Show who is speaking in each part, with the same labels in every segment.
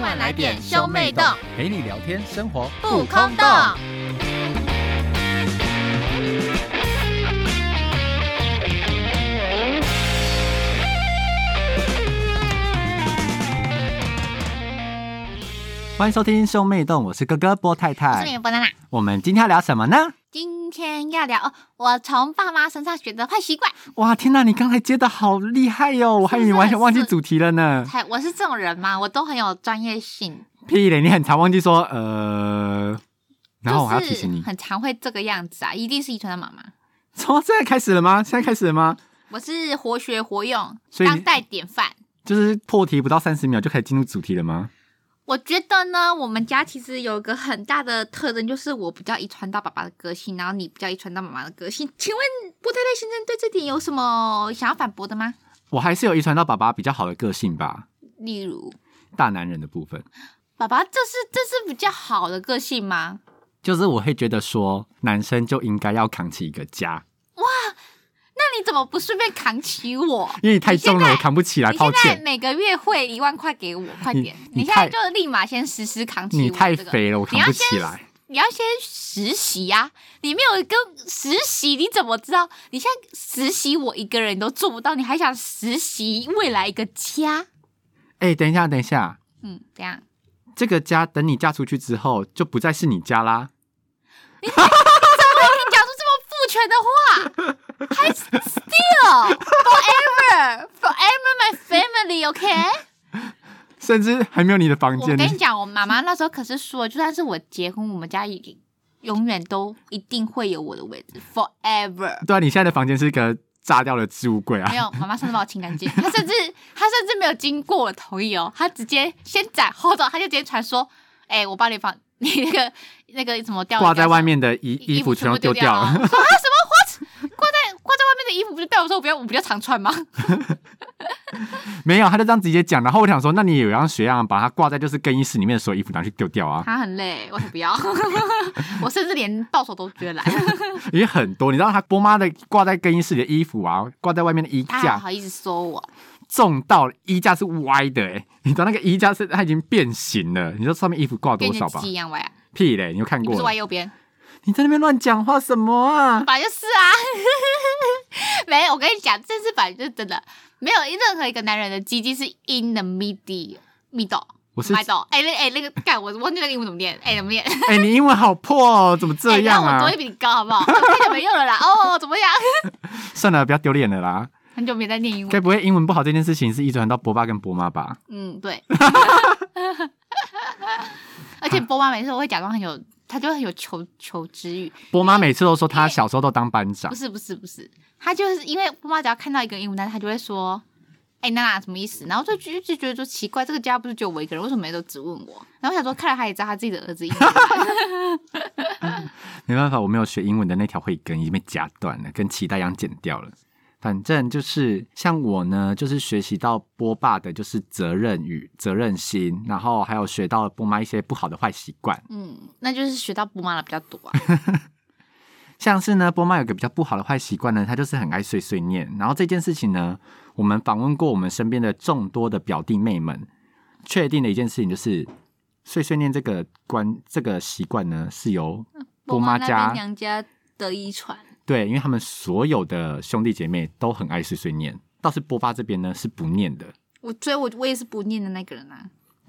Speaker 1: 快来点兄妹洞，
Speaker 2: 陪你聊天，生活
Speaker 1: 不空洞。
Speaker 2: 欢迎收听兄妹洞，我是哥哥波太
Speaker 1: 我是
Speaker 2: 太。
Speaker 1: 林波娜娜，
Speaker 2: 我们今天要聊什么呢？
Speaker 1: 今天要聊哦，我从爸妈身上学的坏习惯。
Speaker 2: 哇，天哪，你刚才接的好厉害哟、我还以为你完全忘记主题了呢。
Speaker 1: 才哎我是这种人嘛，我都很有专业性，
Speaker 2: 屁嘞，你很常忘记说呃，然后我还要
Speaker 1: 就
Speaker 2: 提
Speaker 1: 是
Speaker 2: 醒你，
Speaker 1: 很常会这个样子啊，一定是遗传到妈妈。
Speaker 2: 从现在开始了吗？现在开始了吗？
Speaker 1: 我是活学活用，
Speaker 2: 所以你
Speaker 1: 当代典范。
Speaker 2: 就是破题不到三十秒就可以进入主题了吗？
Speaker 1: 我觉得呢，我们家其实有一个很大的特征，就是我比较遗传到爸爸的个性，然后你比较遗传到妈妈的个性。请问波太太先生对这点有什么想要反驳的吗？
Speaker 2: 我还是有遗传到爸爸比较好的个性吧，
Speaker 1: 例如，
Speaker 2: 大男人的部分，
Speaker 1: 爸爸这是这是比较好的个性吗？
Speaker 2: 就是我会觉得说男生就应该要扛起一个家，
Speaker 1: 那你怎么不顺便扛起我？
Speaker 2: 因为你太
Speaker 1: 你
Speaker 2: 重了，
Speaker 1: 现在
Speaker 2: 我扛不起来，
Speaker 1: 你
Speaker 2: 抱
Speaker 1: 现在
Speaker 2: 歉。
Speaker 1: 每个月汇一万块给我，快点！
Speaker 2: 你
Speaker 1: 你
Speaker 2: 你
Speaker 1: 现
Speaker 2: 太
Speaker 1: 在就立马先实施扛起我、
Speaker 2: 你
Speaker 1: 这个。
Speaker 2: 太肥了，我扛
Speaker 1: 你要
Speaker 2: 不
Speaker 1: 先
Speaker 2: 起来。
Speaker 1: 你要先实习呀、你没有跟实习，你怎么知道？你现在实习我一个人都做不到，你还想实习未来一个家？
Speaker 2: 哎、等一下，等一下，
Speaker 1: 嗯，怎样？
Speaker 2: 这个家等你嫁出去之后就不再是你家啦。
Speaker 1: 你讲出这么父权的话，还 still forever forever my family OK？
Speaker 2: 甚至还没有你的房
Speaker 1: 我
Speaker 2: 间
Speaker 1: 跟。你讲，我妈妈那时候可是说，就算是我结婚，我们家也永远都一定会有我的位置 forever。
Speaker 2: 对啊，你现在的房间是一个炸掉的置物柜
Speaker 1: 没
Speaker 2: 啊。
Speaker 1: 有，妈妈上次把我清干净，她甚至她甚至没有经过我的同意哦，她直接先斩后奏，她就直接传说，哎、我把你房你那个那个什么掉
Speaker 2: 挂在外面的衣
Speaker 1: 衣
Speaker 2: 衣服全
Speaker 1: 全
Speaker 2: 都
Speaker 1: 部
Speaker 2: 丢
Speaker 1: 掉
Speaker 2: 掉
Speaker 1: 哦
Speaker 2: 了，
Speaker 1: 我说啊什么 what？挂在挂在外面的衣服不就掉？我说我不要，我比较常穿吗？
Speaker 2: 没有，他就这样直接讲。然后我想说，那你也有样学样，把它挂在就是更衣室里面的所有衣服拿去丢掉啊，
Speaker 1: 她很累，我才不要， 我甚至连到手都觉得懒，
Speaker 2: 因为很多，你知道他波妈的挂在更衣室里的衣服啊，挂在外面的衣
Speaker 1: 她还
Speaker 2: 架
Speaker 1: 好意思说我，
Speaker 2: 重到衣架是歪的、欸， 你知道那个衣架是它已经变形了，你知道上面衣服挂
Speaker 1: 跟
Speaker 2: 多
Speaker 1: 你
Speaker 2: 少
Speaker 1: 的
Speaker 2: 吧
Speaker 1: 鸡？一样歪啊，
Speaker 2: 屁嘞，你有看
Speaker 1: 你不
Speaker 2: 过
Speaker 1: 是
Speaker 2: 了？
Speaker 1: 歪右边。
Speaker 2: 你在那边乱讲话什么啊？
Speaker 1: 本来就是啊， 没有，我跟你讲，这次本来就是真的，没有任何一个男人的鸡鸡是 in the middle middle
Speaker 2: 我是
Speaker 1: middle。哎、那哎、那个干，我忘记那个英文怎么念，哎、怎么念？
Speaker 2: 哎、你英文好破哦，怎么 这 样
Speaker 1: 哎那
Speaker 2: 啊
Speaker 1: 我？多一比你高好不好？ 太久没用了啦。哦，怎么样？
Speaker 2: 算了，不要丢脸了啦。
Speaker 1: 很久没在念英
Speaker 2: 该
Speaker 1: 文。
Speaker 2: 不会英文不好这件事情是遗传到波爸跟波妈吧？
Speaker 1: 嗯，对。 而且波妈每次都会假装很有，她就很有求求知欲。
Speaker 2: 波妈每次都说她小时候都当班长
Speaker 1: 不，是不是不是，她就是因为波妈只要看到一个英文单词，她就会说：“哎、娜娜什么意思？”然后就就就觉得说奇怪，这个家不是只有我一个人，为什么每次都只问我？然后我想说，看来她也知道她自己的儿子英文。
Speaker 2: 没办法，我没有学英文的那条慧根已经被夹断了，跟脐带一样剪掉了。反正就是像我呢，就是学习到波爸的就是责任与责任心，然后还有学到了波妈一些不好的坏习惯，
Speaker 1: 嗯，那就是学到波妈的比较多啊。
Speaker 2: 像是呢，波妈有个比较不好的坏习惯呢，她就是很爱碎碎念。然后这件事情呢，我们访问过我们身边的众多的表弟妹们，确定的一件事情就是，碎碎念这个关这个习惯呢，是由波妈
Speaker 1: 那
Speaker 2: 家
Speaker 1: 边娘家的遗传，
Speaker 2: 对，因为他们所有的兄弟姐妹都很爱碎碎念，倒是波爸这边呢是不念的。
Speaker 1: 我所以我我也是不念的那个人啊。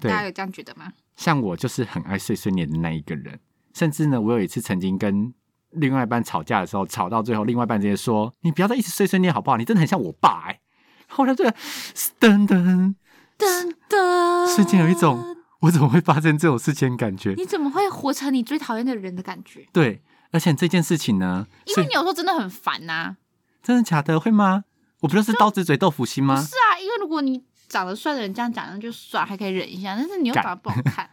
Speaker 1: 大
Speaker 2: 对，
Speaker 1: 家有这样觉得吗？
Speaker 2: 像我就是很爱碎碎念的那一个人，甚至呢，我有一次曾经跟另外一半吵架的时候，吵到最后，另外一半直接说：“你不要再一直碎碎念好不好？你真的很像我爸、欸。”然后我就觉得噔噔，
Speaker 1: 噔噔
Speaker 2: 瞬间有一
Speaker 1: 啊
Speaker 2: 种我怎么会发生这种事情的感觉？
Speaker 1: 你怎么会活成你最讨厌的人的感觉？
Speaker 2: 对，而且这件事情呢，
Speaker 1: 因
Speaker 2: 所
Speaker 1: 为
Speaker 2: 以
Speaker 1: 你有时候真的很烦啊呐、
Speaker 2: 真的假的会吗？我不就是刀子嘴豆腐心吗？
Speaker 1: 是啊，因为如果你长得帅的人这样讲，那就算了还可以忍一下，但是你又
Speaker 2: 干
Speaker 1: 长得不好看，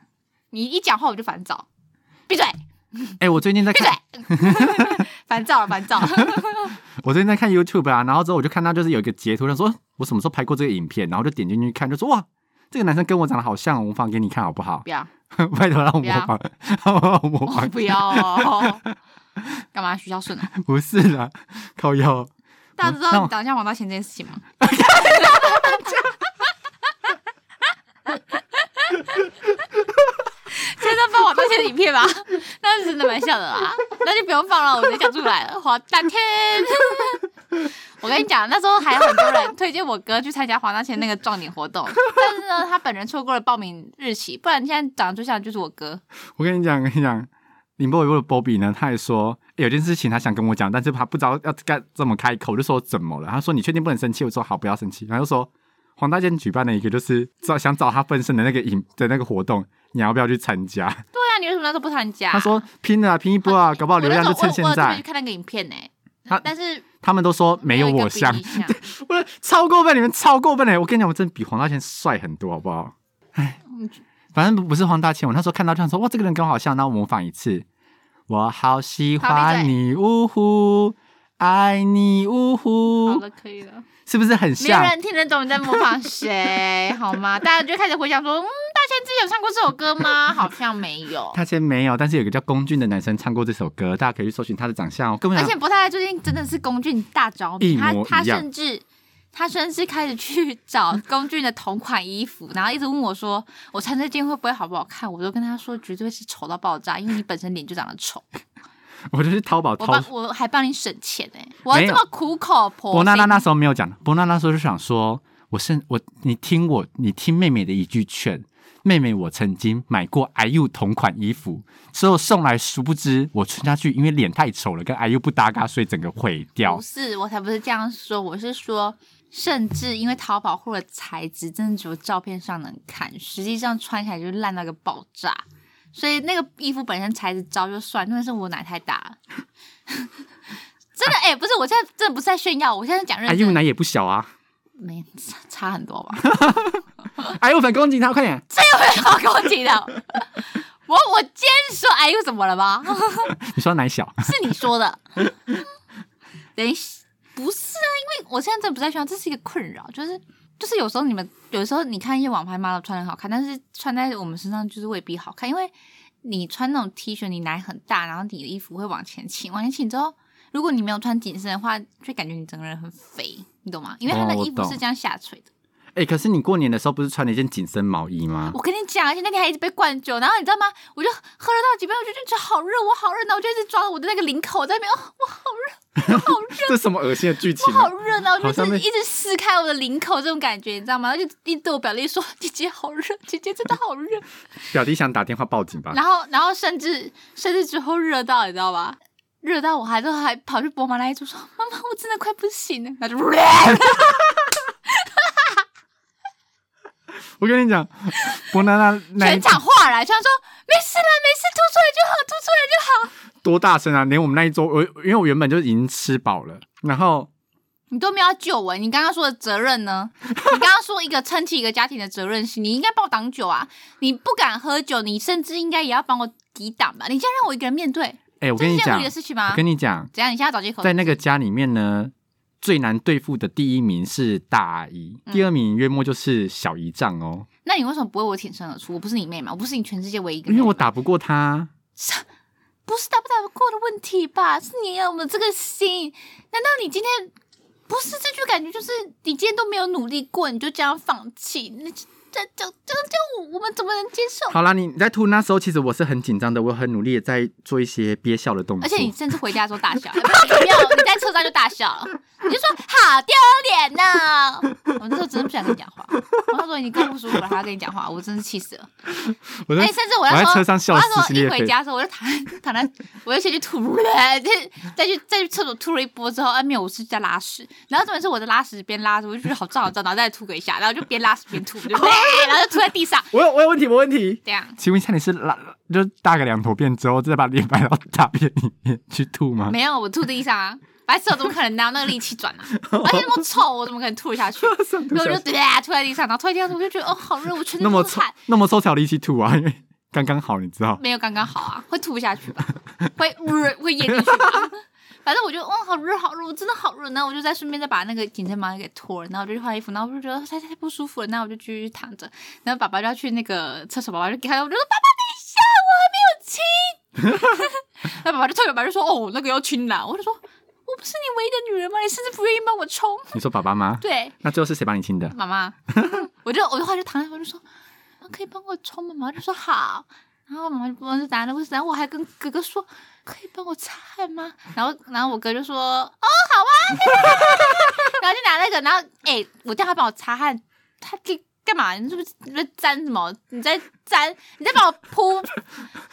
Speaker 1: 你一讲话我就烦躁，闭嘴，
Speaker 2: 哎、我最近在
Speaker 1: 闭
Speaker 2: 看
Speaker 1: 嘴，烦躁了，烦躁。
Speaker 2: 我最近在看 YouTube 啊，然后之后我就看到就是有一个截图，他说我什么时候拍过这个影片，然后就点进去看，就说哇，这个男生跟我长得好像，我模仿给你看好不好？
Speaker 1: 不要，
Speaker 2: 拜托让我模仿， 让我模
Speaker 1: 我
Speaker 2: 仿，
Speaker 1: 不要哦。干嘛？徐孝顺啊？
Speaker 2: 不是啦，靠腰。
Speaker 1: 大家知道
Speaker 2: 嗯那我
Speaker 1: 你长得像王道贤这件事情 吗？的影 片吗？那是真的蛮像的啦，那就不用放了，我直接讲出来了。华大天，我跟你讲，那时候还有很多人推荐我哥去参加华纳前那个壮年活动，但是呢，他本人错过了报名日期，不然现在长得最像的就是我哥。
Speaker 2: 我跟你讲，我跟你讲，林波波的 Bobby 呢，他也说、欸有件事情他想跟我讲，但是他不知道要该这么开口，我就说怎么了？他说你确定不能生气？我说好，不要生气。然后就说黄大仙举办了一个就是找想找他分身的那个影的那个活动，你要不要去参加？
Speaker 1: 对啊，你为什么那时候不参加？
Speaker 2: 他说拼了啊，拼一波啊，搞不好流量就趁现
Speaker 1: 我那时候我我有特别
Speaker 2: 在
Speaker 1: 去。看那个影片呢、
Speaker 2: 他
Speaker 1: 但是
Speaker 2: 他们都说没有
Speaker 1: 一个
Speaker 2: 我
Speaker 1: 比
Speaker 2: 像
Speaker 1: 你，像
Speaker 2: 我超过分，你们超过分嘞！我跟你讲，我真的比黄大仙帅很多，好不好？哎
Speaker 1: 嗯
Speaker 2: 反正不不是黄大千，我那时候看到就想说，哇，这个人跟我好像，那我模仿一次。我好喜欢你，呜呼，爱你，呜
Speaker 1: 好
Speaker 2: 呼，
Speaker 1: 了，可以了。
Speaker 2: 是不是很
Speaker 1: 没有
Speaker 2: 像？
Speaker 1: 人听得懂你在模仿谁，好 吗？大家就开始回想说，嗯，大千自己有唱过这首歌吗？好像没有。
Speaker 2: 他先没有，但是有一个叫龚俊的男生唱过这首歌，大家可以去搜寻他的长相哦。根本
Speaker 1: 而且博太太最近真的是龚俊大着迷，
Speaker 2: 一模
Speaker 1: 他
Speaker 2: 一
Speaker 1: 他
Speaker 2: 样
Speaker 1: 甚至他甚至开始去找龚俊的同款衣服，然后一直问我说，我穿这件会不会好不好看？我都跟他说绝对是丑到爆炸，因为你本身脸就长得丑，
Speaker 2: 我就是淘宝
Speaker 1: 我
Speaker 2: 淘
Speaker 1: 帮我还帮你省钱呢、我还
Speaker 2: 没有
Speaker 1: 这么苦口
Speaker 2: 伯
Speaker 1: 婆
Speaker 2: 娜
Speaker 1: 心
Speaker 2: 娜。那时候没有讲，伯娜娜那时候就想说，我是我，你听我，你听妹妹的一句劝，妹妹我曾经买过 IU 同款衣服，之后送来，殊不知我穿下去，因为脸太丑了，跟 IU 不搭嘎，所以整个毁掉
Speaker 1: 不。是，我才不是这样说，我是说，甚至因为淘宝货的材质真的只有照片上能看，实际上穿起来就烂到一个爆炸。所以那个衣服本身材质糟就算，但是我奶太大了， 真的哎、不是，我现在真的不是在炫耀，我现在是讲认
Speaker 2: IU
Speaker 1: 真，
Speaker 2: 奶也不小啊
Speaker 1: 没差差很多吧？
Speaker 2: ，IU 粉攻击他，快点！
Speaker 1: 我跟我提到，我我今天说哎又怎么了吗？
Speaker 2: 你说奶小，
Speaker 1: 是你说的。 等一下，不是啊，因为我现在真的不在炫耀，这是一个困扰，就是就是有时候你们有时候你看一些网拍 model 穿的好看，但是穿在我们身上就是未必好看，因为你穿那种 T 恤，你奶很大，然后你的衣服会往前倾，往前倾之后，如果你没有穿紧身的话，就感觉你整个人很肥，你懂吗？因为他的
Speaker 2: 哦我
Speaker 1: 衣服
Speaker 2: 懂
Speaker 1: 是这样下垂的。
Speaker 2: 哎、可是你过年的时候不是穿了一件紧身毛衣吗？
Speaker 1: 我跟你讲，而且那天还一直被灌酒，然后你知道吗？我就喝了到几杯，我就觉得好热，我好热，然后我就一直抓着我的那个领口在那边，哦，我好热，我好热。
Speaker 2: 这什么恶心的剧情、啊
Speaker 1: 好？热闹，
Speaker 2: 好
Speaker 1: 我就
Speaker 2: 像
Speaker 1: 是
Speaker 2: 被
Speaker 1: 一直撕开我的领口这种感觉，你知道吗？然后就一直对我表弟说：“姐姐好热，姐姐真的好 热。
Speaker 2: 表弟想打电话报警”吧？
Speaker 1: 然后，然后甚至甚至之后热到你知道吧？热到我还都还跑去博马那一组说：“妈妈，我真的快不行了。”然后就
Speaker 2: 我跟你讲，伯娜娜那一
Speaker 1: 全场哗然，全场说：“没事啦，没事，吐出来就好，吐出来就好。
Speaker 2: 多大声啊！连我们那一桌，我因为我原本就已经吃饱了，然后”
Speaker 1: 你都没有要救我，你刚刚说的责任呢？你刚刚说一个撑起一个家庭的责任心，你应该帮我挡酒啊！你不敢喝酒，你甚至应该也要帮我抵挡吧？你这样让我一个人面对，
Speaker 2: 哎、我
Speaker 1: 这是
Speaker 2: 跟你
Speaker 1: 一件无
Speaker 2: 讲
Speaker 1: 理的，事情吗
Speaker 2: 我？跟你讲，
Speaker 1: 怎样？你现在找借口？
Speaker 2: 在那个家里面呢，最难对付的第一名是大阿姨，第
Speaker 1: 嗯
Speaker 2: 二名约莫就是小姨丈哦，
Speaker 1: 那你为什么不为我挺身而出？我不是你妹吗？我不是你全世界唯一一个
Speaker 2: 因
Speaker 1: 妹
Speaker 2: 为
Speaker 1: 吗
Speaker 2: 我打不过他。
Speaker 1: 不是打不打不过的问题吧？是你有没有这个心？难道你今天不是这句感觉就是你今天都没有努力过，你就这样放弃？那这这这这这我们怎么能接受？
Speaker 2: 好啦，你你在吐那时候，其实我是很紧张的，我很努力的在做一些憋笑的动作。
Speaker 1: 而且 你甚至回家的时候大笑，哎不是没有，你在车上就大笑了，你就说好丢脸呐！ 我那时候真的不想跟你讲话，我那时候已经够不舒服了，还要跟你讲话，我真是气死了。
Speaker 2: 我在
Speaker 1: 哎、甚至我要
Speaker 2: 我
Speaker 1: 说，
Speaker 2: 在车上笑
Speaker 1: 我
Speaker 2: 得
Speaker 1: 那时候
Speaker 2: 撕心裂
Speaker 1: 一回
Speaker 2: 肺
Speaker 1: 家的时候，我就躺在 躺在，我就先去吐了，再再去再去厕所吐了一波之后，啊没有，我是在拉屎。然后重点是我的拉屎边拉着，我就觉得好胀好胀，然后再吐个一下，然后就边拉屎边吐， 就然后就吐在地上，
Speaker 2: 我有我有问题，我有问题。
Speaker 1: 这样
Speaker 2: 请问一下，你是拉就大个两坨便之后，再把脸摆到大便里面去吐吗？
Speaker 1: 没有，我吐地上啊。白痴，我怎么可能哪有那个力气转啊？
Speaker 2: 哦
Speaker 1: 而且那么臭，我怎么可能吐得下 去？
Speaker 2: 上吐
Speaker 1: 然后
Speaker 2: 下
Speaker 1: 我
Speaker 2: 泻
Speaker 1: 就对吐在地上，然后吐在地上，我就觉得哦，好热，我全
Speaker 2: 那
Speaker 1: 身
Speaker 2: 么
Speaker 1: 都是
Speaker 2: 凑
Speaker 1: 汗，
Speaker 2: 那么凑巧的一起吐啊，因为刚刚好，你知道。
Speaker 1: 没有刚刚好啊， 会吐不下去吧？会、呃、会咽进去吧？ 反正我就哦，好热好热，我真的好热。然后我就再顺便再把那个紧身毛衣给脱了，然后我就去换衣服，然后我就觉得哎太太不舒服了，那我就继续躺着。然后爸爸就要去那个 厕所，爸爸就给他，我就说爸爸等一下，我还没有亲。那爸爸就特别白就说哦，那个要亲啦。我就说我不是你唯一的女人吗？你甚至不愿意帮我冲。
Speaker 2: 你说爸爸吗？
Speaker 1: 对，
Speaker 2: 那最后是谁帮你亲的？
Speaker 1: 妈妈，我就我就后来就躺在那边我就说，啊可以帮我冲吗？妈妈就说好，然然后我妈就不是拿那卫生纸，然后我还跟哥哥说可以帮我擦汗吗？然后然后我哥就说哦好啊， 然后就拿那个，然后哎、我叫他帮我擦汗，他就干嘛？你是不是你在沾什么？你在沾？你在帮我 铺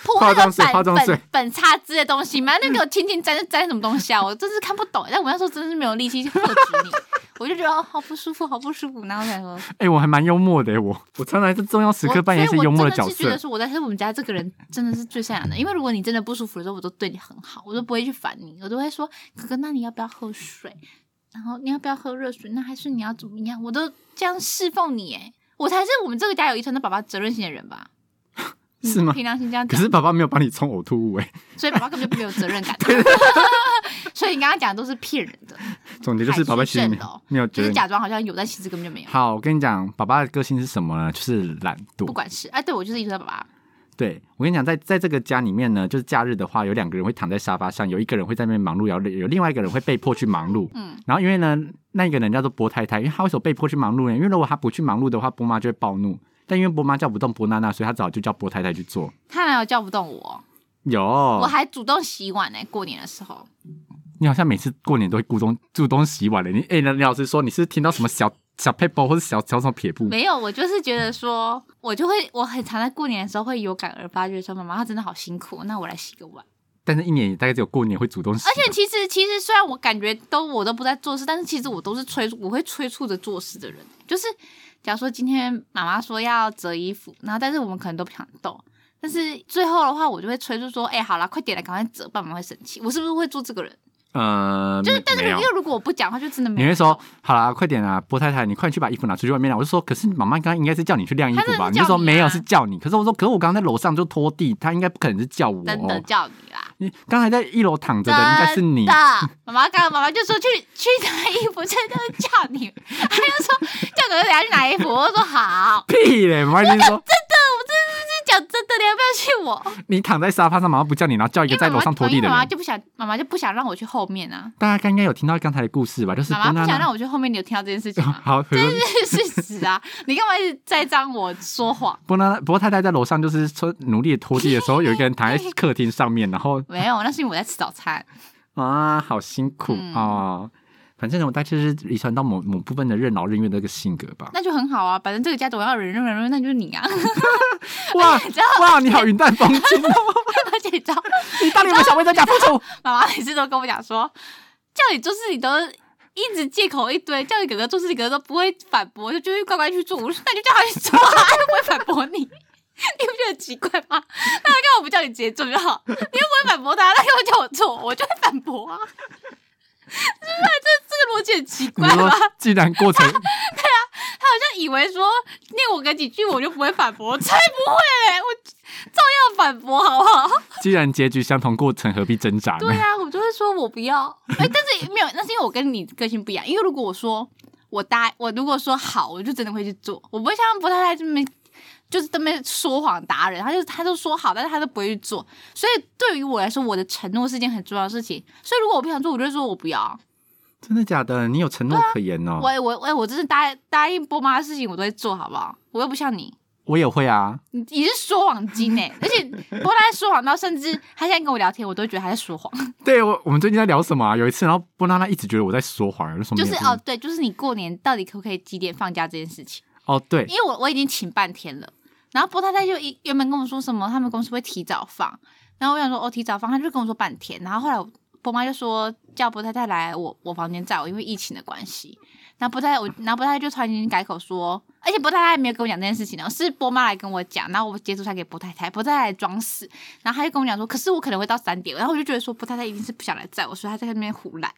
Speaker 1: 铺
Speaker 2: 化
Speaker 1: 那
Speaker 2: 妆
Speaker 1: 个
Speaker 2: 水化
Speaker 1: 粉
Speaker 2: 妆水
Speaker 1: 粉粉擦汁的东西吗？那给我轻轻沾就沾什么东西啊？我真是看不懂。但我那时候真是没有力气去克制你， 我就觉得哦好不舒服，好不舒服。然后我想说，
Speaker 2: 哎、我还蛮幽默的，我我常常在重要时刻扮演一些幽默
Speaker 1: 的
Speaker 2: 角
Speaker 1: 我真是觉
Speaker 2: 色
Speaker 1: 得。说我在是我们家这个人真的是最善良的，因为如果你真的不舒服的时候，我都对你很好，我都不会去烦你，我都会说哥哥，那你要不要喝水？然后你要不要喝热水？那还是你要怎么样？我都这样侍奉你，哎，我才是我们这个家有遗传的爸爸责任心的人吧？
Speaker 2: 是吗
Speaker 1: 凭良心这样
Speaker 2: 可
Speaker 1: 讲，
Speaker 2: 是爸爸没有帮你冲呕吐物，哎，
Speaker 1: 所以爸爸根本就没有责任感。 所以你刚刚讲的都是骗人的，
Speaker 2: 总结就是爸爸其实
Speaker 1: 海
Speaker 2: 没
Speaker 1: 市蜃楼
Speaker 2: 有没有
Speaker 1: 就
Speaker 2: 觉
Speaker 1: 是
Speaker 2: 得。
Speaker 1: 假装好像有，但其实根本就没有。
Speaker 2: 好，我跟你讲，爸爸的个性是什么呢？就是懒
Speaker 1: 不
Speaker 2: 惰。
Speaker 1: 管是哎，对我就是遗传爸爸，
Speaker 2: 对我跟你讲，在在这个家里面呢，就是假日的话，有两个人会躺在沙发上，有一个人会在那边忙碌，然后有另外一个人会被迫去忙碌。
Speaker 1: 嗯，
Speaker 2: 然后因为呢，那一个人叫做波太太，因为他为什么被迫去忙碌呢？因为如果他不去忙碌的话，波妈就会暴怒。但因为波妈叫不动波娜娜，所以她只好就叫波太太去做。
Speaker 1: 他哪有叫不动
Speaker 2: 哦
Speaker 1: 我？
Speaker 2: 有，
Speaker 1: 我还主动洗碗呢、过年的时候。
Speaker 2: 你好像每次过年都会顾东顾东洗碗的。你哎，梁、老师说你是听到什么小小 paper 或者小小什么撇步？
Speaker 1: 没有，我就是觉得说，我就会，我很常在过年的时候会有感而发，就是说妈妈她真的好辛苦，那我来洗个碗。
Speaker 2: 但是一年也大概只有过年会主动洗。
Speaker 1: 而且其实其实虽然我感觉都我都不在做事，但是其实我都是催我会催促着做事的人。就是假如说今天妈妈说要折衣服，然后但是我们可能都不想动，但是最后的话我就会催促说，哎、好啦，快点来，赶快折，爸妈会生气。我是不是会做这个人？
Speaker 2: 呃，
Speaker 1: 就是但是
Speaker 2: 没
Speaker 1: 如
Speaker 2: 有
Speaker 1: 果因。为如果我不讲话，就真的没
Speaker 2: 你
Speaker 1: 有
Speaker 2: 会
Speaker 1: 人
Speaker 2: 说
Speaker 1: 动。
Speaker 2: 好啦，快点啊，波太太，你快去把衣服拿出去外面啦。我就说，可是妈妈刚刚应该是叫你去晾衣服
Speaker 1: 她
Speaker 2: 吧？
Speaker 1: 真的是
Speaker 2: 就说
Speaker 1: 叫你啊
Speaker 2: 没有，是叫你。可是我说，可是我刚刚在楼上就拖地，她应该不可能是叫我。哦
Speaker 1: 真的叫你啦。
Speaker 2: 你刚才在一楼躺着的应该是
Speaker 1: 真。
Speaker 2: 你
Speaker 1: 的，妈妈刚刚妈妈就说去 去拿衣服，真的叫你， 她就说叫哥哥等下去拿衣服，我说好。
Speaker 2: 屁嘞！妈妈一定 说
Speaker 1: 这讲真的，你要不要去我？
Speaker 2: 你躺在沙发上，妈妈不叫你，然后叫一
Speaker 1: 因
Speaker 2: 个
Speaker 1: 为
Speaker 2: 在
Speaker 1: 妈
Speaker 2: 楼
Speaker 1: 妈
Speaker 2: 上拖地
Speaker 1: 因
Speaker 2: 的
Speaker 1: 为妈妈
Speaker 2: 人。
Speaker 1: 就不想，妈妈就不想让我去后面啊。
Speaker 2: 大家应该有听到刚才的故啊事吧？就是
Speaker 1: 妈妈
Speaker 2: 波娜
Speaker 1: 不想让
Speaker 2: 娜。
Speaker 1: 我去后面，你有听到这件事情吗？
Speaker 2: 好， 可是
Speaker 1: 这是事实啊！你干嘛一直栽赃我说谎？
Speaker 2: 波娜波太太在楼上就是说努力地拖地的时候，有一 个人躺在客厅上面，然后
Speaker 1: 没有，那是因为我在吃早餐。
Speaker 2: 啊，好辛苦
Speaker 1: 嗯
Speaker 2: 哦。反正我大概就是遗传到某某部分的任劳任怨的一个性格吧。
Speaker 1: 那就很好啊，反正这个家总要有人认人，那就是你啊。
Speaker 2: 哇
Speaker 1: 你知道
Speaker 2: 哇，你好云淡风轻哦！
Speaker 1: 而且你知道，
Speaker 2: 你到底有没有想为大家付出？
Speaker 1: 妈妈每次都跟我讲说，叫你做事你都一直借口一堆，叫你哥哥做事你哥哥都不会反驳，就就会乖乖去做。我说那你就叫他去做 啊，他又不会反驳你。你不觉得很奇怪吗？那他干嘛不叫你直接做就好？你又不会反驳他，他干嘛叫我做？我就会反驳啊！ 是啊不是这这个逻辑很奇
Speaker 2: 你
Speaker 1: 怪
Speaker 2: 说
Speaker 1: 吧？，
Speaker 2: 嗯既然过程
Speaker 1: 他 好像以为说念我个几句我就不会反驳，才不会嘞！我照样反驳，好不好？
Speaker 2: 既然结局相同，过程何必挣扎
Speaker 1: 对
Speaker 2: 呢？
Speaker 1: 啊，我就会说我不要。哎、但是没有，那是因为我跟你个性不一样。因为如果我说我答，我如果说好，我就真的会去做，我不会像波太太这么就是这么说谎达人，他就他就说好，但是他都不会去做。所以对于我来说，我的承诺是一件很重要的事情。所以如果我不想做，我就会说我不要。
Speaker 2: 真的假的？你有承诺可言哦。
Speaker 1: 我哎我我我真的答答应波妈的事情，我都会做好不好？我又不像你。
Speaker 2: 我也会啊，
Speaker 1: 你你是说谎精哎、 而且波太太说谎到甚至他现在跟我聊天，我都觉得他在说谎。
Speaker 2: 对我，我们最近在聊什么啊？有一次，然后波娜娜一直觉得我在说谎，就说没
Speaker 1: 就
Speaker 2: 有
Speaker 1: 是哦，对，就是你过年到底可不可以几点放假这件事情？
Speaker 2: 哦，对
Speaker 1: 因为我我已经请半天了，然后波太太就一原本跟我说什么他们公司会提早放，然后我想说哦提早放，他就跟我说半天，然后后来我波妈就说叫波太太来我我房间载我，因为疫情的关系。然后波太太我然后波太太就突然间改口说，而且波太太没有跟我讲这件事情哦，是波妈来跟我讲，然后我截图传给波太太，波太太装死，然后她就跟我讲说，可是我可能会到三点，然后我就觉得说波太太一定是不想来载我，所以她在那边胡来。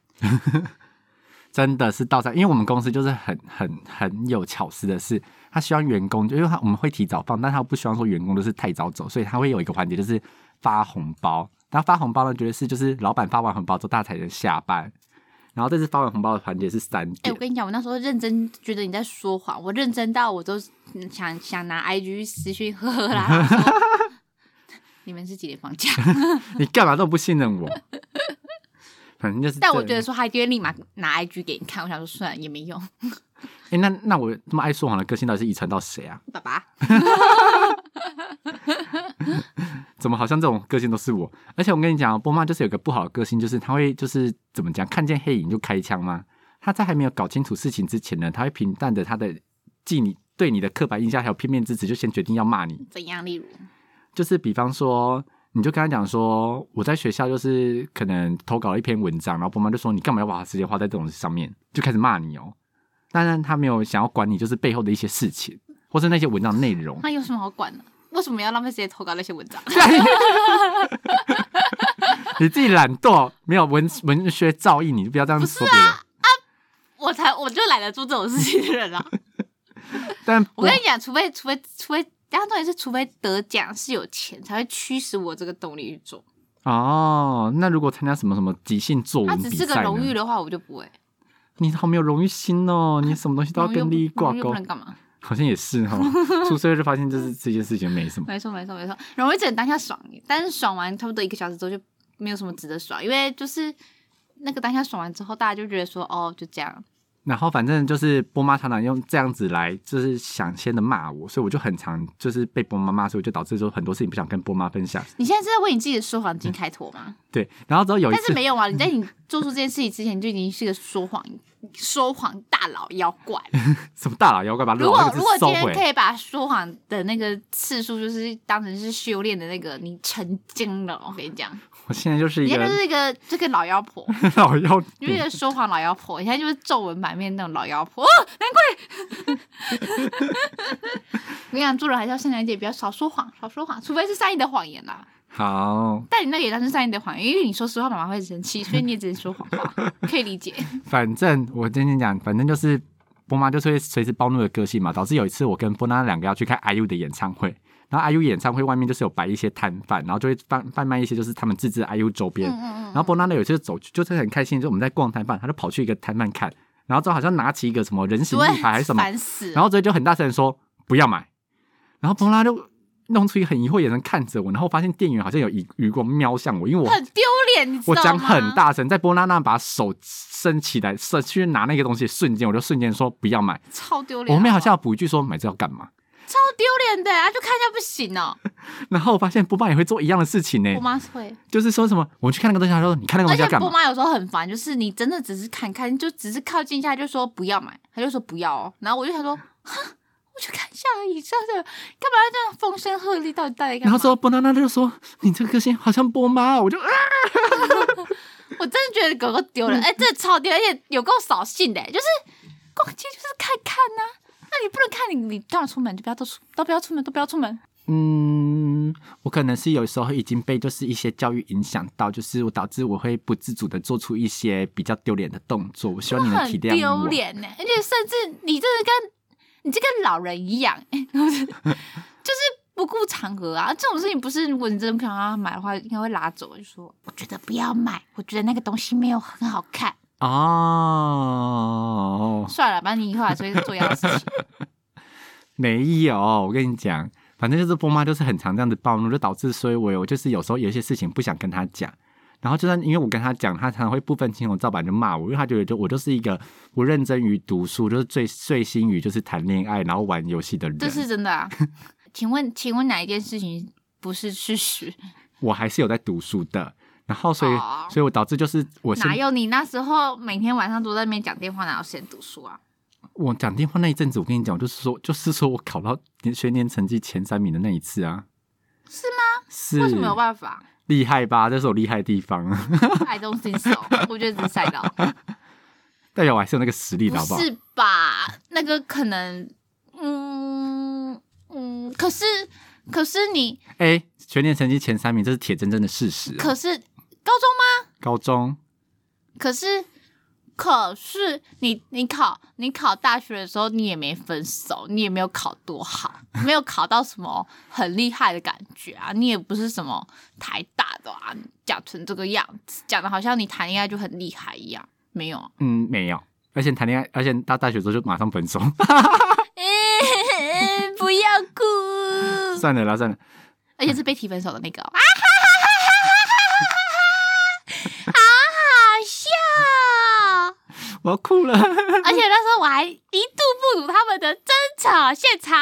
Speaker 2: 真的是到站，因为我们公司就是很很很有巧思的是，他希望员工，就因为他我们会提早放，但他不希望说员工都是太早走，所以他会有一个环节就是发红包。然后发红包呢，觉得是就是老板发完红包之后，大家才能下班。然后这次发完红包的环节是三
Speaker 1: 哎、
Speaker 2: 点
Speaker 1: 我，跟你讲，我那时候认真觉得你在说谎，我认真到我都嗯想想拿 IG 私讯呵呵啦。然后 说你们是几点放假？
Speaker 2: 你干嘛都不信任我？反正就是这
Speaker 1: 但
Speaker 2: 样，
Speaker 1: 我觉得说他一定会立马拿 IG 给你看。我想说，算了，也没用。
Speaker 2: 哎、那那我这么爱说谎的个性到底是遗传到谁啊？
Speaker 1: 爸爸，
Speaker 2: 怎么好像这种个性都是我？而且我跟你讲，波妈就是有个不好的个性，就是她会就是怎么讲，看见黑影就开枪吗？她在还没有搞清楚事情之前呢，她会平淡的她的记你对你的刻板印象还有片面之词，就先决定要骂你。
Speaker 1: 怎样？例如，
Speaker 2: 就是比方说，你就跟他讲说，我在学校就是可能投稿了一篇文章，然后波妈就说你干嘛要把时间花在这种上面，就开始骂你哦。当然，他没有想要管你，就是背后的一些事情，或是那些文章内容。
Speaker 1: 那有什么好管的？为什么要浪费时间投稿那些文章？
Speaker 2: 你自己懒惰，没有文文学造诣，你就不要这样说别人。
Speaker 1: 我才我就懒得做这种事情的人 啊！
Speaker 2: 但
Speaker 1: 我跟你讲，除非除非除非，然后重点是，除非得奖是有钱，才会驱使我这个动力去做。
Speaker 2: 哦，那如果参加什么什么即兴作
Speaker 1: 他
Speaker 2: 文
Speaker 1: 只
Speaker 2: 比
Speaker 1: 是个
Speaker 2: 赛
Speaker 1: 荣誉
Speaker 2: 呢？
Speaker 1: 的话，我就不会。
Speaker 2: 你好没有荣誉 心哦，你什么东西都要
Speaker 1: 荣誉又
Speaker 2: 跟利益挂
Speaker 1: 荣誉又
Speaker 2: 钩
Speaker 1: 不，能干嘛？
Speaker 2: 好像也是 哦。出社会就发现这是这件事情没什么。
Speaker 1: 没错，没错，没错。荣誉只能当下爽，但是爽完差不多一个小时之后就没有什么值得爽，因为就是那个当下爽完之后，大家就觉得说哦，就这样。
Speaker 2: 然后反正就是波妈常常用这样子来，就是想先的骂我，所以我就很常就是被波妈骂，所以我就导致说很多事情不想跟波妈分享。
Speaker 1: 你现在是在为你自己的说谎精开脱吗？
Speaker 2: 对，然后之后有一
Speaker 1: 但是
Speaker 2: 次，
Speaker 1: 没有啊，你在你做出这件事情之前，你就已经是个说谎说谎大佬妖怪了。
Speaker 2: 什么大佬妖怪把
Speaker 1: 如
Speaker 2: 老
Speaker 1: 果
Speaker 2: 那个
Speaker 1: 如果
Speaker 2: 字
Speaker 1: 今
Speaker 2: 收
Speaker 1: 天可
Speaker 2: 回，
Speaker 1: 以把说谎的那个次数，就是当成是修炼的那个，你成精了。我跟你讲，
Speaker 2: 我现在就是
Speaker 1: 你
Speaker 2: 一
Speaker 1: 现在就
Speaker 2: 个
Speaker 1: 是一个这个老妖婆，
Speaker 2: 老妖
Speaker 1: 你就是一
Speaker 2: 精。
Speaker 1: 个说谎老妖婆，你现在就是皱纹满面那种老妖婆。哦，难怪。 我跟你讲，做人还是要善良一点，不要少说谎，少说谎，除非是善意的谎言啦。
Speaker 2: 好，
Speaker 1: 但你那个也算是善意的谎言，因为你说实话，妈妈会生气，所以你也只能说谎话，可以理 解。
Speaker 2: 反正我今天讲，反正就是波妈就是会随时暴怒的个性嘛，导致有一次我跟波娜两个要去看 IU 的演唱会，然后 IU 演唱会外面就是有摆一些摊贩，然后就会贩贩卖一些就是他们自制的 IU 周
Speaker 1: 嗯
Speaker 2: 边。然后波娜呢有一次就走去，就是很开心，就我们在逛摊贩，他就跑去一个摊贩看，然后之后好像拿起一个什么人形立牌还是什么，
Speaker 1: 烦死了。
Speaker 2: 然后直接就很大声地说不要买，然后波娜就弄出一个很疑惑的眼神看着我，然后发现店员好像有余余光瞄向我，因为我
Speaker 1: 很丢脸，你知
Speaker 2: 我
Speaker 1: 道吗？
Speaker 2: 讲很大声，在波娜娜把手伸起来，伸去拿那个东西的瞬间，我就瞬间说不要买。
Speaker 1: 超丢脸。
Speaker 2: 我妹好
Speaker 1: 不
Speaker 2: 像要补一句说买这要干嘛，
Speaker 1: 超丢脸的、啊，就看一下不行哦、
Speaker 2: 然后我发现波妈也会做一样的事情呢
Speaker 1: 我，妈会，
Speaker 2: 就是说什么我们去看那个东西，她说你看那
Speaker 1: 而
Speaker 2: 个东西
Speaker 1: 且
Speaker 2: 要干
Speaker 1: 我
Speaker 2: 嘛？
Speaker 1: 妈有时候很烦，就是你真的只是看看，就只是靠近一下就说不要买，她就说不要哦、然后我就想
Speaker 2: 嗯
Speaker 1: 说，哈，我就看一下而已，这样子干嘛要这样风声鹤唳？到底到底干
Speaker 2: 然
Speaker 1: 嘛
Speaker 2: 后？之后波娜娜就说你这个个性好像波妈哦，我就啊，
Speaker 1: 我真的觉得狗狗丢
Speaker 2: 嗯
Speaker 1: 人，哎、真的超丢人，而且有够扫兴的、就是逛街就是看看呐、那你不能看你，你当然出门就不要都出，都不要出门，都不要出门。
Speaker 2: 嗯，我可能是有时候已经被就是一些教育影响到，就是我导致我会不自主的做出一些比较丢脸的动作。我希望你能
Speaker 1: 很
Speaker 2: 体谅
Speaker 1: 丢
Speaker 2: 我。
Speaker 1: 脸呢，而且甚至你这是跟你这跟老人一样， 就是不顾场合啊。这种事情不是，如果你真的不想让他买的话，应该会拉走，就说我觉得不要买，我觉得那个东西没有很好看，
Speaker 2: 哦，
Speaker 1: 算了，反正你以后还是会做一样的 事情。
Speaker 2: 没有，我跟你讲，反正就是波妈就是很常这样子暴怒，就导致所以我有就是有时候有一些事情不想跟她讲。然后就算因为我跟她讲，她常常会不分青红皂白就骂我，因为她觉得就我就是一个不认真于读书，就是醉醉心于就是谈恋爱然后玩游戏的人。
Speaker 1: 这是真的啊？请问，请问哪一件事情不是事实？
Speaker 2: 我还是有在读书的，然后所以、
Speaker 1: 哦
Speaker 2: 所以我导致就是我是
Speaker 1: 哪有你那时候每天晚上都在那边讲电话，哪有时间读书啊？
Speaker 2: 我讲电话那一阵子，我跟你讲，就是说就是说我考到学年成绩前三名的那一次啊，
Speaker 1: 是吗？
Speaker 2: 是
Speaker 1: 为什么有办法
Speaker 2: 厉害吧？这是我厉害的地方。
Speaker 1: ？I don't think so，我觉得只是赛道。
Speaker 2: 代表我还是有那个实力的，好不
Speaker 1: 不
Speaker 2: 好？
Speaker 1: 是吧？那个可能，嗯嗯，可是可是你
Speaker 2: 哎、全年成绩前三名，这是铁铮铮的事实、啊。
Speaker 1: 可是高中吗？
Speaker 2: 高中
Speaker 1: 可是可是你你考你考大学的时候，你也没分手，你也没有考多好，没有考到什么很厉害的感觉啊，你也不是什么台大的啊，讲成这个样子，讲的好像你谈恋爱就很厉害一样，没有啊。
Speaker 2: 嗯没有，而且谈恋爱，而且到大学之后就马上 分手，
Speaker 1: 不要哭。
Speaker 2: 算了啦，算了。
Speaker 1: 而且是被提分手的那个、哦，啊哈哈哈哈哈哈哈哈，好好笑。
Speaker 2: 我要哭了。
Speaker 1: 而 且那时候我还一度目睹他们的争吵现场，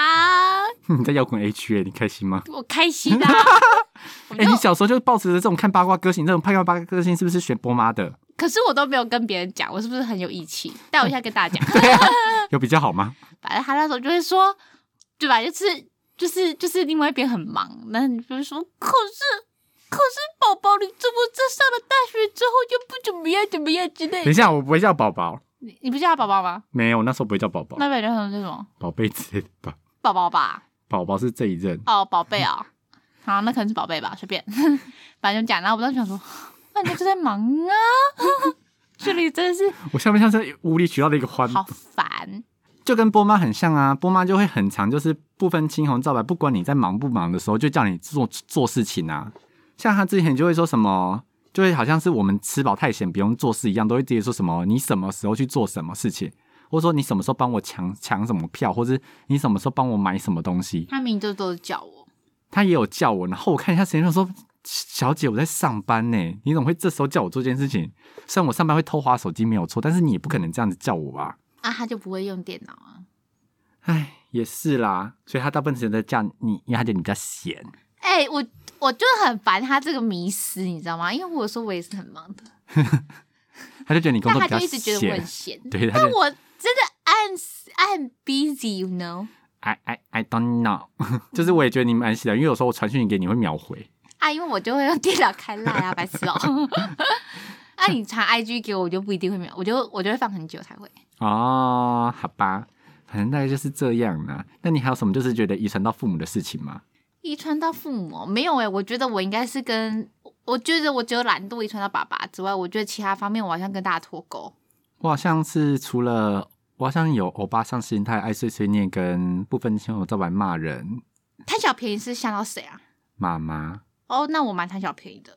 Speaker 2: 你在摇滚 H 耶，你开心吗？
Speaker 1: 我开心啊！我
Speaker 2: 哎、
Speaker 1: 就
Speaker 2: 你小时候就是抱持着这种看八卦歌星，这种看八卦歌星是不是选波 妈的？
Speaker 1: 可是我都没有跟别人讲，我是不是很有义气？但我现在跟大家讲，
Speaker 2: 对啊，有比较好吗？
Speaker 1: 反正他那时候就会说，对吧？就是就是就是另外一边很忙，那你就会说，可是可是宝宝，你怎么这上了大学之后就不怎么样怎么样之类
Speaker 2: 等一
Speaker 1: 的？
Speaker 2: 下，我不会叫宝宝，
Speaker 1: 你你不叫他宝宝吗？
Speaker 2: 没有，那时候不会叫宝宝，
Speaker 1: 那边人很这种
Speaker 2: 宝贝之类的吧。
Speaker 1: 宝宝吧？
Speaker 2: 宝宝是这一任，
Speaker 1: 哦，宝贝啊，好，那可能是宝贝吧，随便， 反正就讲。然后我当时想说， 那你就在忙啊， 这里真的是
Speaker 2: 我像不像是无理取闹的一个欢？
Speaker 1: 好烦。
Speaker 2: 就跟波妈很像啊，波妈就会很常就是不分青红皂白，不管你在忙不忙的时候，就叫你做做事情啊。像她之前就会说什么，就会好像是我们吃饱太闲不用做事一样，都会直接说什么你什么时候去做什么事情，或者说你什么时候帮我抢抢什么票，或者你什么时候帮我买什么东西。
Speaker 1: 他明明就都是叫我，
Speaker 2: 她也有叫我，然后我看一下时间，就说小姐我在上班呢，你怎么会这时候叫我做这件事情？虽然我上班会偷滑手机没有错，但是你也不可能这样子叫我吧。
Speaker 1: 啊，他就不会用电脑啊。
Speaker 2: 唉，也是啦，所以他大部分时间在叫你，因为他觉得你比较闲。
Speaker 1: 哎、我我就很烦他这个迷失，你知道吗？因为我有时候我也是很忙的，
Speaker 2: 他就觉得你工
Speaker 1: 但
Speaker 2: 作
Speaker 1: 他
Speaker 2: 比较
Speaker 1: 就一直觉得我
Speaker 2: 闲
Speaker 1: 很。闲。
Speaker 2: 对，他
Speaker 1: 但
Speaker 2: 就
Speaker 1: 我真的按按 busy，you know。
Speaker 2: I I I don't know，就是 我也觉得你蛮闲的，因为有时候我传讯给你会秒回。
Speaker 1: 啊，因为我就会用电脑开赖啊，白痴哦、 那、你传 IG 给我，我就不一定会秒，我就我就会放很久才会。
Speaker 2: 哦，好吧，反正大概就是这样啦。那你还有什么就是觉得遗传到父母的事情吗？
Speaker 1: 遗传到父母哦没有诶、我觉得我应该是跟，我我觉得我只有懒惰遗传到爸爸之外，我觉得其他方面我好像跟大家脱钩。
Speaker 2: 我好像是除了我好像有欧巴上心态、爱碎碎念跟不分青红皂白骂人
Speaker 1: 贪小便宜是想到谁啊？
Speaker 2: 妈妈。
Speaker 1: 哦，那我蛮贪小便宜的。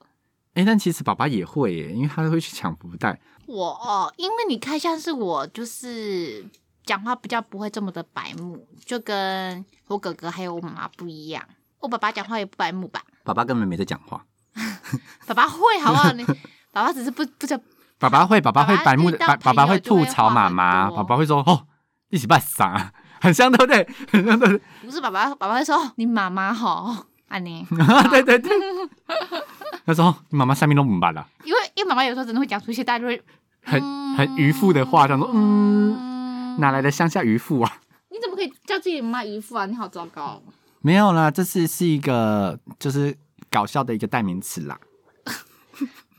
Speaker 2: 哎、但其实爸爸也会耶，因为他会去抢福袋。
Speaker 1: 我哦，因为你看，像是我就是讲话比较不会这么的白目，就跟我哥哥还有我妈妈不一样。我爸爸讲话也不白目吧？
Speaker 2: 爸爸根本没在讲话。
Speaker 1: 爸爸会好不好？你 爸爸只是不不知道
Speaker 2: 爸爸会，爸爸会
Speaker 1: 爸爸
Speaker 2: 白目的，
Speaker 1: 遇到
Speaker 2: 爸爸
Speaker 1: 朋友
Speaker 2: 爸会吐槽妈
Speaker 1: 就会话
Speaker 2: 妈，
Speaker 1: 很多
Speaker 2: 爸爸会说哦，一起扮傻，啊很像对不对？ 很像 对不对？
Speaker 1: 不是爸爸，爸爸会说哦你妈妈好安妮，
Speaker 2: 啊对对对。他说哦你妈妈下面都不办了，
Speaker 1: 因为因为妈妈有时候真的会讲出一些大家就会
Speaker 2: 很很渔夫的话，想说嗯，
Speaker 1: 嗯，
Speaker 2: 哪来的乡下渔夫啊？
Speaker 1: 你怎么可以叫自己的妈妈渔夫啊？你好糟糕哦，
Speaker 2: 没有啦，这是是一个就是搞笑的一个代名词啦。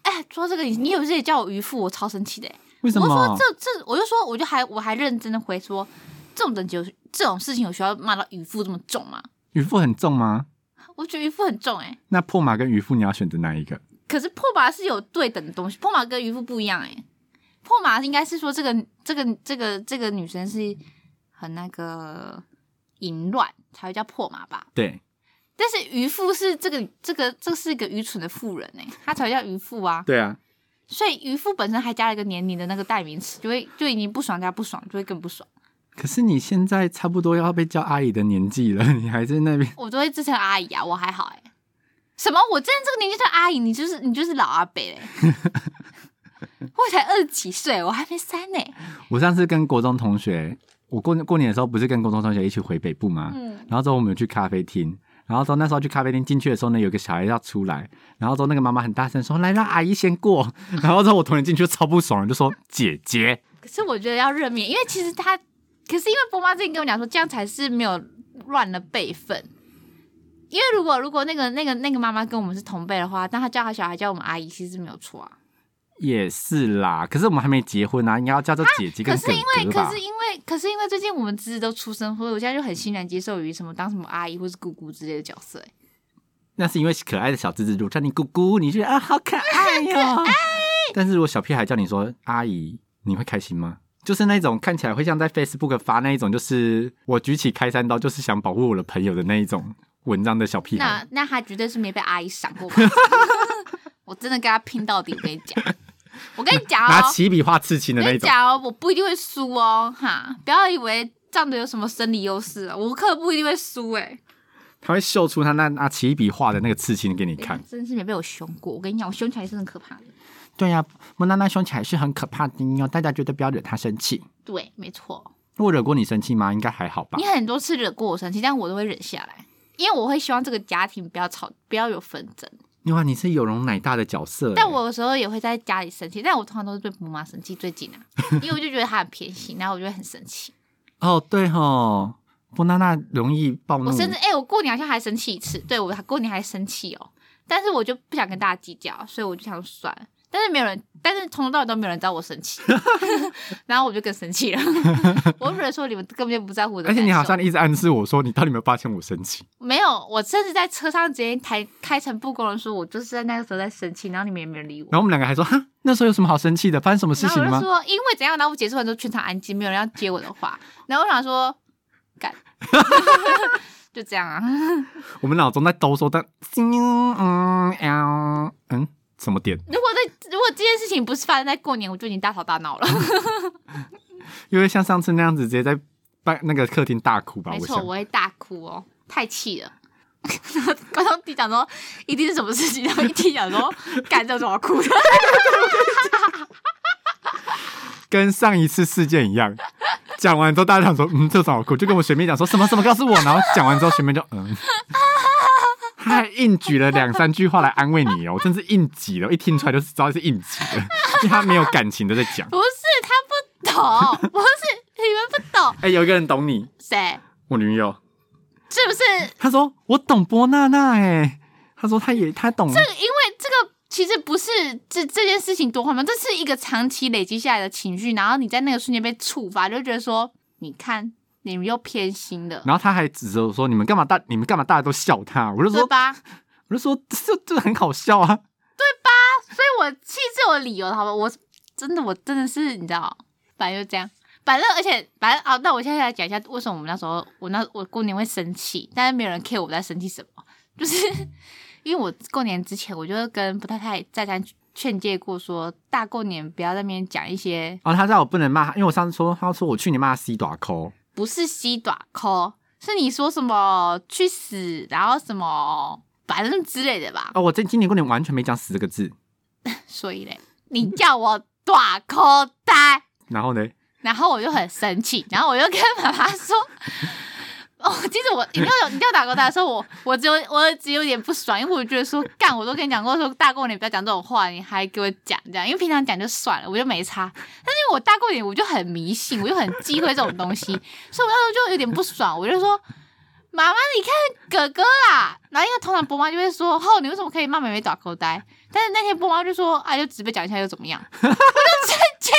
Speaker 1: 哎、说这个你你有时也叫我渔夫，我超生气的欸。
Speaker 2: 为什
Speaker 1: 我就说
Speaker 2: 么？
Speaker 1: 这这，我就说我就还我还认真的回说，这种等级有这种事情有需要骂到渔夫这么重吗？
Speaker 2: 渔夫很重吗？
Speaker 1: 我觉得渔夫很重哎、
Speaker 2: 那破马跟渔夫你要选择哪一个？
Speaker 1: 可是破马是有对等的东西，破马跟渔夫不一样哎、破马应该是说这个这个这个这个女生是很那个淫乱才会叫破马吧？
Speaker 2: 对，
Speaker 1: 但是渔夫是这个这个这是一个愚蠢的妇人哎、他才会叫渔夫啊。
Speaker 2: 对啊，
Speaker 1: 所以渔夫本身还加了一个年龄的那个代名词，就会就已经不爽加不爽，就会更不爽。
Speaker 2: 可是你现在差不多要被叫阿姨的年纪了，你还在那边
Speaker 1: 我都会自称阿姨啊，我还好哎、什么？我真的这个年纪叫阿姨，你就是你就是老阿伯嘞、我才二十几岁，我还没三呢、
Speaker 2: 我上次跟国中同学，我过过年的时候不是跟国中同学一起回北部吗？
Speaker 1: 嗯，
Speaker 2: 然后之后我们有去咖啡厅，然后之后那时候去咖啡厅进去的时候呢，有个小孩要出来，然后之后那个妈妈很大声说：“来，让阿姨先过。” 然后之后我同学进去就超不爽，就说：“姐姐。
Speaker 1: 可是我觉得要认命，因为其实他，可是因为波妈之前跟我讲说，这样才是没有乱了辈分。因为如果如果那个那个那个妈妈跟我们是同辈的话，那她叫她小孩叫我们阿姨，其实没有错啊。”
Speaker 2: 也是啦，可是我们还没结婚啊，应该要叫做姐姐
Speaker 1: 可
Speaker 2: 跟
Speaker 1: 是
Speaker 2: 哥
Speaker 1: 因为
Speaker 2: 哥吧
Speaker 1: 可？是因为可是因为最近我们侄子都出生，所以我现在就很欣然接受于什么当什么阿姨或是姑姑之类的角色、欸。
Speaker 2: 那是因为可爱的小蜘蛛叫你姑姑，你觉得啊好可爱哟、但是如果小屁孩叫你说阿姨，你会开心吗？就是那种看起来会像在 Facebook 发那一种，就是我举起开山刀，就是想保护我的朋友的那一种文章的小屁孩。
Speaker 1: 那那他绝对是没被阿姨赏过吧？ 我真的跟他拼到底！我跟你讲，我跟你讲
Speaker 2: 拿
Speaker 1: 哦，
Speaker 2: 起笔画刺青的
Speaker 1: 我跟
Speaker 2: 那
Speaker 1: 你
Speaker 2: 一种，
Speaker 1: 讲哦，我不一定会输哦，哈！不要以为仗着有什么生理优势啊，我可不一定会输哎、
Speaker 2: 他会秀出他那拿起笔画的那个刺青给你看。
Speaker 1: 真的是没被我凶过。我跟你讲，我凶起来是很可怕的。
Speaker 2: 对呀、莫娜娜凶起来是很可怕的哟，大家绝对不要惹她生气。
Speaker 1: 对，没错，
Speaker 2: 我惹过你生气吗？应该还好吧
Speaker 1: 你。很多次惹过我生气，但我都会忍下来，因为我会希望这个家庭不要吵，不要有纷争。
Speaker 2: 哇，你是有容乃大的角色欸。
Speaker 1: 但我有时候也会在家里生气，但我通常都是对母妈生气最近啊，因为我就觉得她很偏心，然后我就会很生气。
Speaker 2: 哦，对吼，波娜娜容易暴怒。
Speaker 1: 我甚至哎、我过年好像还生气一次，对我过年还生气哦，但是我就不想跟大家计较，所以我就想算了。但是没有人，但是从头到尾都没有人知道我生 气，然后我就更生气了。我就觉得说你们根本就不在乎我的
Speaker 2: 而
Speaker 1: 感受，
Speaker 2: 且你好像一直暗示我说，你到底有没有发现我生气？
Speaker 1: 没有，我甚至在车上直接开开诚布公的说，我就是在那个时候在生气，然后你们也没有理我。
Speaker 2: 然后我们两个还说，哈，那时候有什么好生气的？发生什么事
Speaker 1: 然后
Speaker 2: 情
Speaker 1: 我就
Speaker 2: 吗？
Speaker 1: 说，因为怎样？然后我结束完之后，全场安静，没有人要接我的话。然后我想说， 干，就这样啊。
Speaker 2: 我们脑中在兜售，但嗯嗯嗯嗯，什么点？
Speaker 1: 如果在如果这件事情不是发生在过年，我就已经大吵大闹了。
Speaker 2: 嗯 因为像上次那样子，直接在办那个客厅大哭吧。
Speaker 1: 没
Speaker 2: 我
Speaker 1: 错，
Speaker 2: 想，
Speaker 1: 我会大哭哦，太气了。 然后观众弟讲说，一定是什么事情，然后一听讲 说，干这有什么好哭的？
Speaker 2: 跟上一次事件一样，讲完之后大家想说，嗯，这种好哭，就跟我学妹讲说什么什么告诉我，然后讲完之后学妹就嗯。 她还硬举了两三句话来安慰你哦，真是硬挤了，一听出来就知道是硬挤的，因为她没有感情的在讲。
Speaker 1: 不是他不懂，不是你们不懂，
Speaker 2: 哎、有一个人懂你，
Speaker 1: 谁
Speaker 2: 我女友，
Speaker 1: 是不是？
Speaker 2: 她说我懂波娜娜哎，她说她也她懂，
Speaker 1: 这个因为这个其实不是这这件事情多荒谬，这是一个长期累积下来的情绪，然后你在那个瞬间被触发，就觉得说，你看你们又偏心了，
Speaker 2: 然后她还指着我说你们干嘛大你们干嘛大家都笑她，我就
Speaker 1: 对
Speaker 2: 说
Speaker 1: 吧？所
Speaker 2: 我就说这这很好笑啊，
Speaker 1: 以我气是有理由的，好吧？我真的我真的是你知道，反正就这样。反正，而且，反正啊，那我现在来讲一下为什么我们那时候，我那我过年会生气，但是没有人 care 我在生气什么，就是 因为我过年之前，我就跟不太太再三劝诫过说，大过年不要在那边讲一些
Speaker 2: 然后她叫我不能骂她，因为我上次说她说我去年骂她 C 短抠，
Speaker 1: 不是西短抠，是你说什么去死，然后什么反正之类的吧。
Speaker 2: 哦，我这今年过年完全没讲死这个字，
Speaker 1: 所以嘞，你叫我短抠呆，
Speaker 2: 然后呢，
Speaker 1: 然后我就很生气，然后我就跟妈妈说。哦，其实我你要你要打勾搭的时候，我我只有我只有点不爽，因为我觉得说干，我都跟你讲过说大过年不要讲这种话，你还给我讲这样，因为平常讲就算了，我就没差。但是因为我大过年我就很迷信，我就很忌讳这种东西，所 以我那时候就有点不爽，我就说妈妈，你看哥哥啦。然后因为通常波妈就会说，哦，你为什么可以骂妹妹打口袋？但是那天波妈就说，啊，就只被讲一下又怎么样？ 我就生气，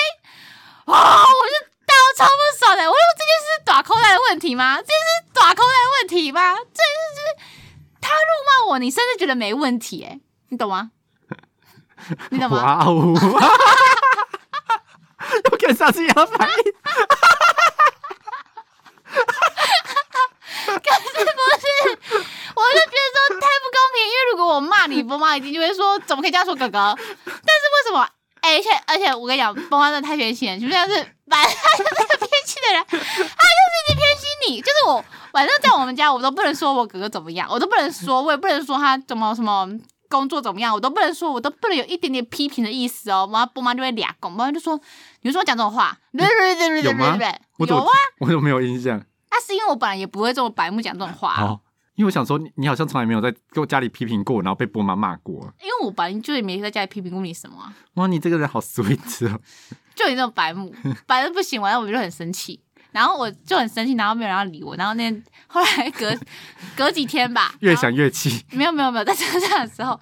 Speaker 1: 哦，我就到超不爽的。我说这件事是打口袋的问题吗？这件事是打口袋的问题吗？这件事就是他辱骂我，你甚至觉得没问题、欸，你懂吗？你懂吗？
Speaker 2: 哇哦， 又跟上次一样的反
Speaker 1: 啊
Speaker 2: 应，
Speaker 1: 我就觉得说太不公平，因为如果我骂你，波妈一定就会说怎么可以这样说哥哥？但是为什么？哎而且而且我跟你讲，波妈真的太偏心了，就像是反正他就是偏心的人，他就是一直偏心你。就是我反正在我们家，我都不能说我哥哥怎么样，我都不能说，我也不能说他怎么什么。工作怎么样，我都不能说，我都不能有一点点批评的意思哦。妈，波妈就会俩拱，波妈就说：“你为什么讲这种话？”对对对对对对对对，
Speaker 2: 我怎
Speaker 1: 有
Speaker 2: 么
Speaker 1: 啊。
Speaker 2: 我怎么没有印象？
Speaker 1: 那是因为我本来也不会这么白目讲这种话、啊，
Speaker 2: 好，因为我想说你你好像从来没有在给我家里批评过，然后被波妈骂过，
Speaker 1: 因为我本来就也没在家里批评过你什么啊、
Speaker 2: 哇，你这个人好 sweet 哦。
Speaker 1: 就你这种白目， 白的不行，完了我就很生气，然后我就很生气，然后没有人要理我，然后那后来隔 隔几天吧，
Speaker 2: 越
Speaker 1: 然后
Speaker 2: 想越气，
Speaker 1: 没有没有没有，在车上的时候，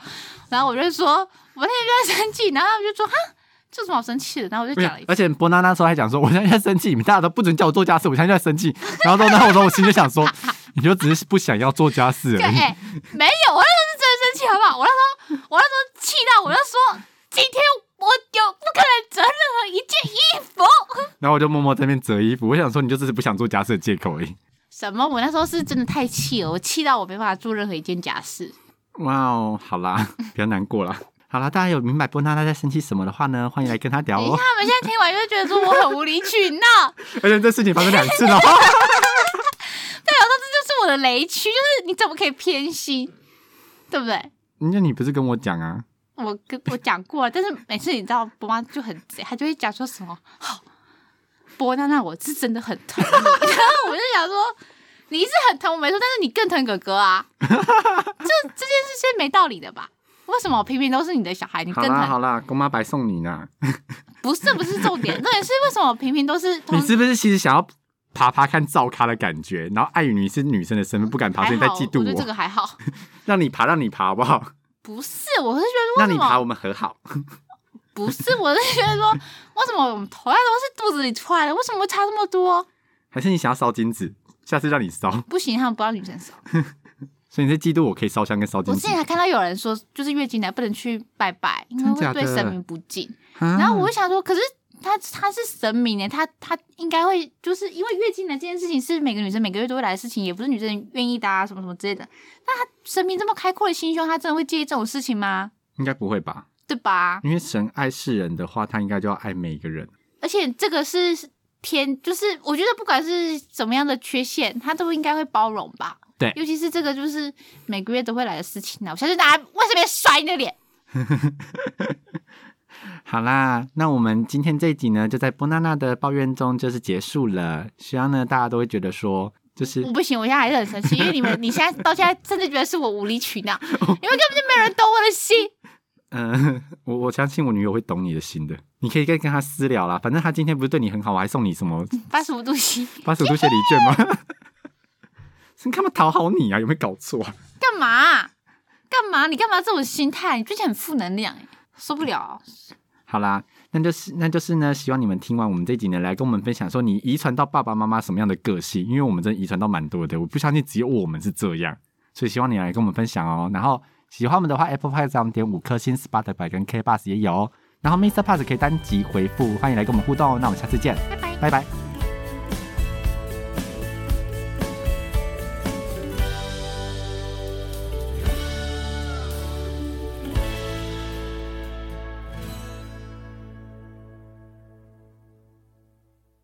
Speaker 1: 然后我就说，我那天就在生气，然后他们就说哈，这有什么好生气的？然后我就
Speaker 2: 没有
Speaker 1: 讲了一
Speaker 2: 而且伯娜那时候还讲说，我现在在生气，你们大家都不准叫我做家事，我现在就在生气。然后到那后，我说我心里就想说，你就只是不想要做家事
Speaker 1: 对，
Speaker 2: 而已。
Speaker 1: 哎、没有，我那时候是真的生气，好不好？我那时候，我那时候气到，我就说，今天我有不可能折任何一件衣服。
Speaker 2: 然后我就默默在那边折衣服，我想说你就只是不想做家事的借口而已。
Speaker 1: 什么？我那时候是真的太气了，我气到我没办法做任何一件假事。
Speaker 2: 哇哦，好 啦，不要难过啦。好啦，大家有明白波娜娜在生气什么的话呢？欢迎来跟她聊
Speaker 1: 等一下，
Speaker 2: 哦。
Speaker 1: 他们现在听完就觉得说我很无理取闹，
Speaker 2: 而且这事情发生两次了，
Speaker 1: 代表说这就是我的雷区，就是你怎么可以偏心，对不对？
Speaker 2: 嗯那你不是跟我讲啊？
Speaker 1: 我我跟我讲过了，但是每次你知道波妈就很贼，她就会讲说什么“好、波娜娜，我是真的很疼你”， 然后我就想说你一直很疼我没错，但是你更疼哥哥 啊，这这件事是没道理的吧？为什么我偏偏都是你的小孩，你
Speaker 2: 好
Speaker 1: 更
Speaker 2: 啦
Speaker 1: 疼？
Speaker 2: 好啦，公妈白送你呢。
Speaker 1: 不是，这不是重点，重点是为什么我偏偏都是
Speaker 2: 你
Speaker 1: 同
Speaker 2: 是不是其实想要爬爬看照咖的感觉？然后碍于你是女生的身份，不敢爬，所
Speaker 1: 嗯 还
Speaker 2: 以你在
Speaker 1: 好，
Speaker 2: 嫉
Speaker 1: 我觉得
Speaker 2: 妒
Speaker 1: 这
Speaker 2: 我。
Speaker 1: 个还好，
Speaker 2: 让你爬，让你爬好不好？
Speaker 1: 不是，我是觉得
Speaker 2: 让
Speaker 1: 为什
Speaker 2: 你爬，
Speaker 1: 么
Speaker 2: 我们和好。
Speaker 1: 不是，我是觉得说为什么我们同样都是肚子里出来的，为什么会差这么多？
Speaker 2: 还是你想要烧金子？下次让你烧，
Speaker 1: 不行，他们不让女生烧。
Speaker 2: 所以你是嫉妒我可以烧香跟烧金
Speaker 1: 我之
Speaker 2: 子
Speaker 1: 前还看到有人说，就是月经来不能去拜拜，因为
Speaker 2: 真假
Speaker 1: 会对
Speaker 2: 的
Speaker 1: 神明不敬。
Speaker 2: 啊？
Speaker 1: 然后我就想说，可是他他是神明呢，他他应该会就是因为月经来这件事情是每个女生每个月都会来的事情，也不是女生愿意的啊，什么什么之类的。那他神明这么开阔的心胸，他真的会介意这种事情吗？
Speaker 2: 应该不会吧？
Speaker 1: 对吧？
Speaker 2: 因为神爱世人的话，他应该就要爱每一个人。
Speaker 1: 而且这个是天，就是我觉得不管是怎么样的缺陷，他都应该会包容吧。
Speaker 2: 对
Speaker 1: 尤其是这个就是每个月都会来的事情呢、我相信大家为什么要甩你的脸？
Speaker 2: 好啦，那我们今天这一集呢，就在波娜娜的抱怨中就是结束了。希望呢，大家都会觉得说，就是
Speaker 1: 我不行，我现在还是很生气，因为你们你现在到现在甚至觉得是我无理取闹，你们根本就没有人懂我的心。
Speaker 2: 嗯， 我我相信我女友会懂你的心的。你可以跟跟她私聊啦，反正她今天不是对你很好，我还送你什么
Speaker 1: 八十五度 C
Speaker 2: 八十五度写礼券吗？ 你干嘛讨好你啊？有没有搞错啊？
Speaker 1: 干嘛啊？干嘛？你干嘛这种心态？你最近很负能量、欸，受不了啊、
Speaker 2: 好啦，那就是那就是呢，希望你们听完我们这集呢，来跟我们分享说你遗传到爸爸妈妈什么样的个性，因为我们真的遗传到蛮多的，我不相信只有我们是这样，所以希望你来跟我们分享哦。然后喜欢我们的话，Apple Podcast 上点五颗星，Spotify 跟 K Bus 也有哦。然后 Mr. Pass 可以单集回复，欢迎来跟我们互动哦。那我们下次见，
Speaker 1: 拜拜。
Speaker 2: 拜拜。
Speaker 1: 拜拜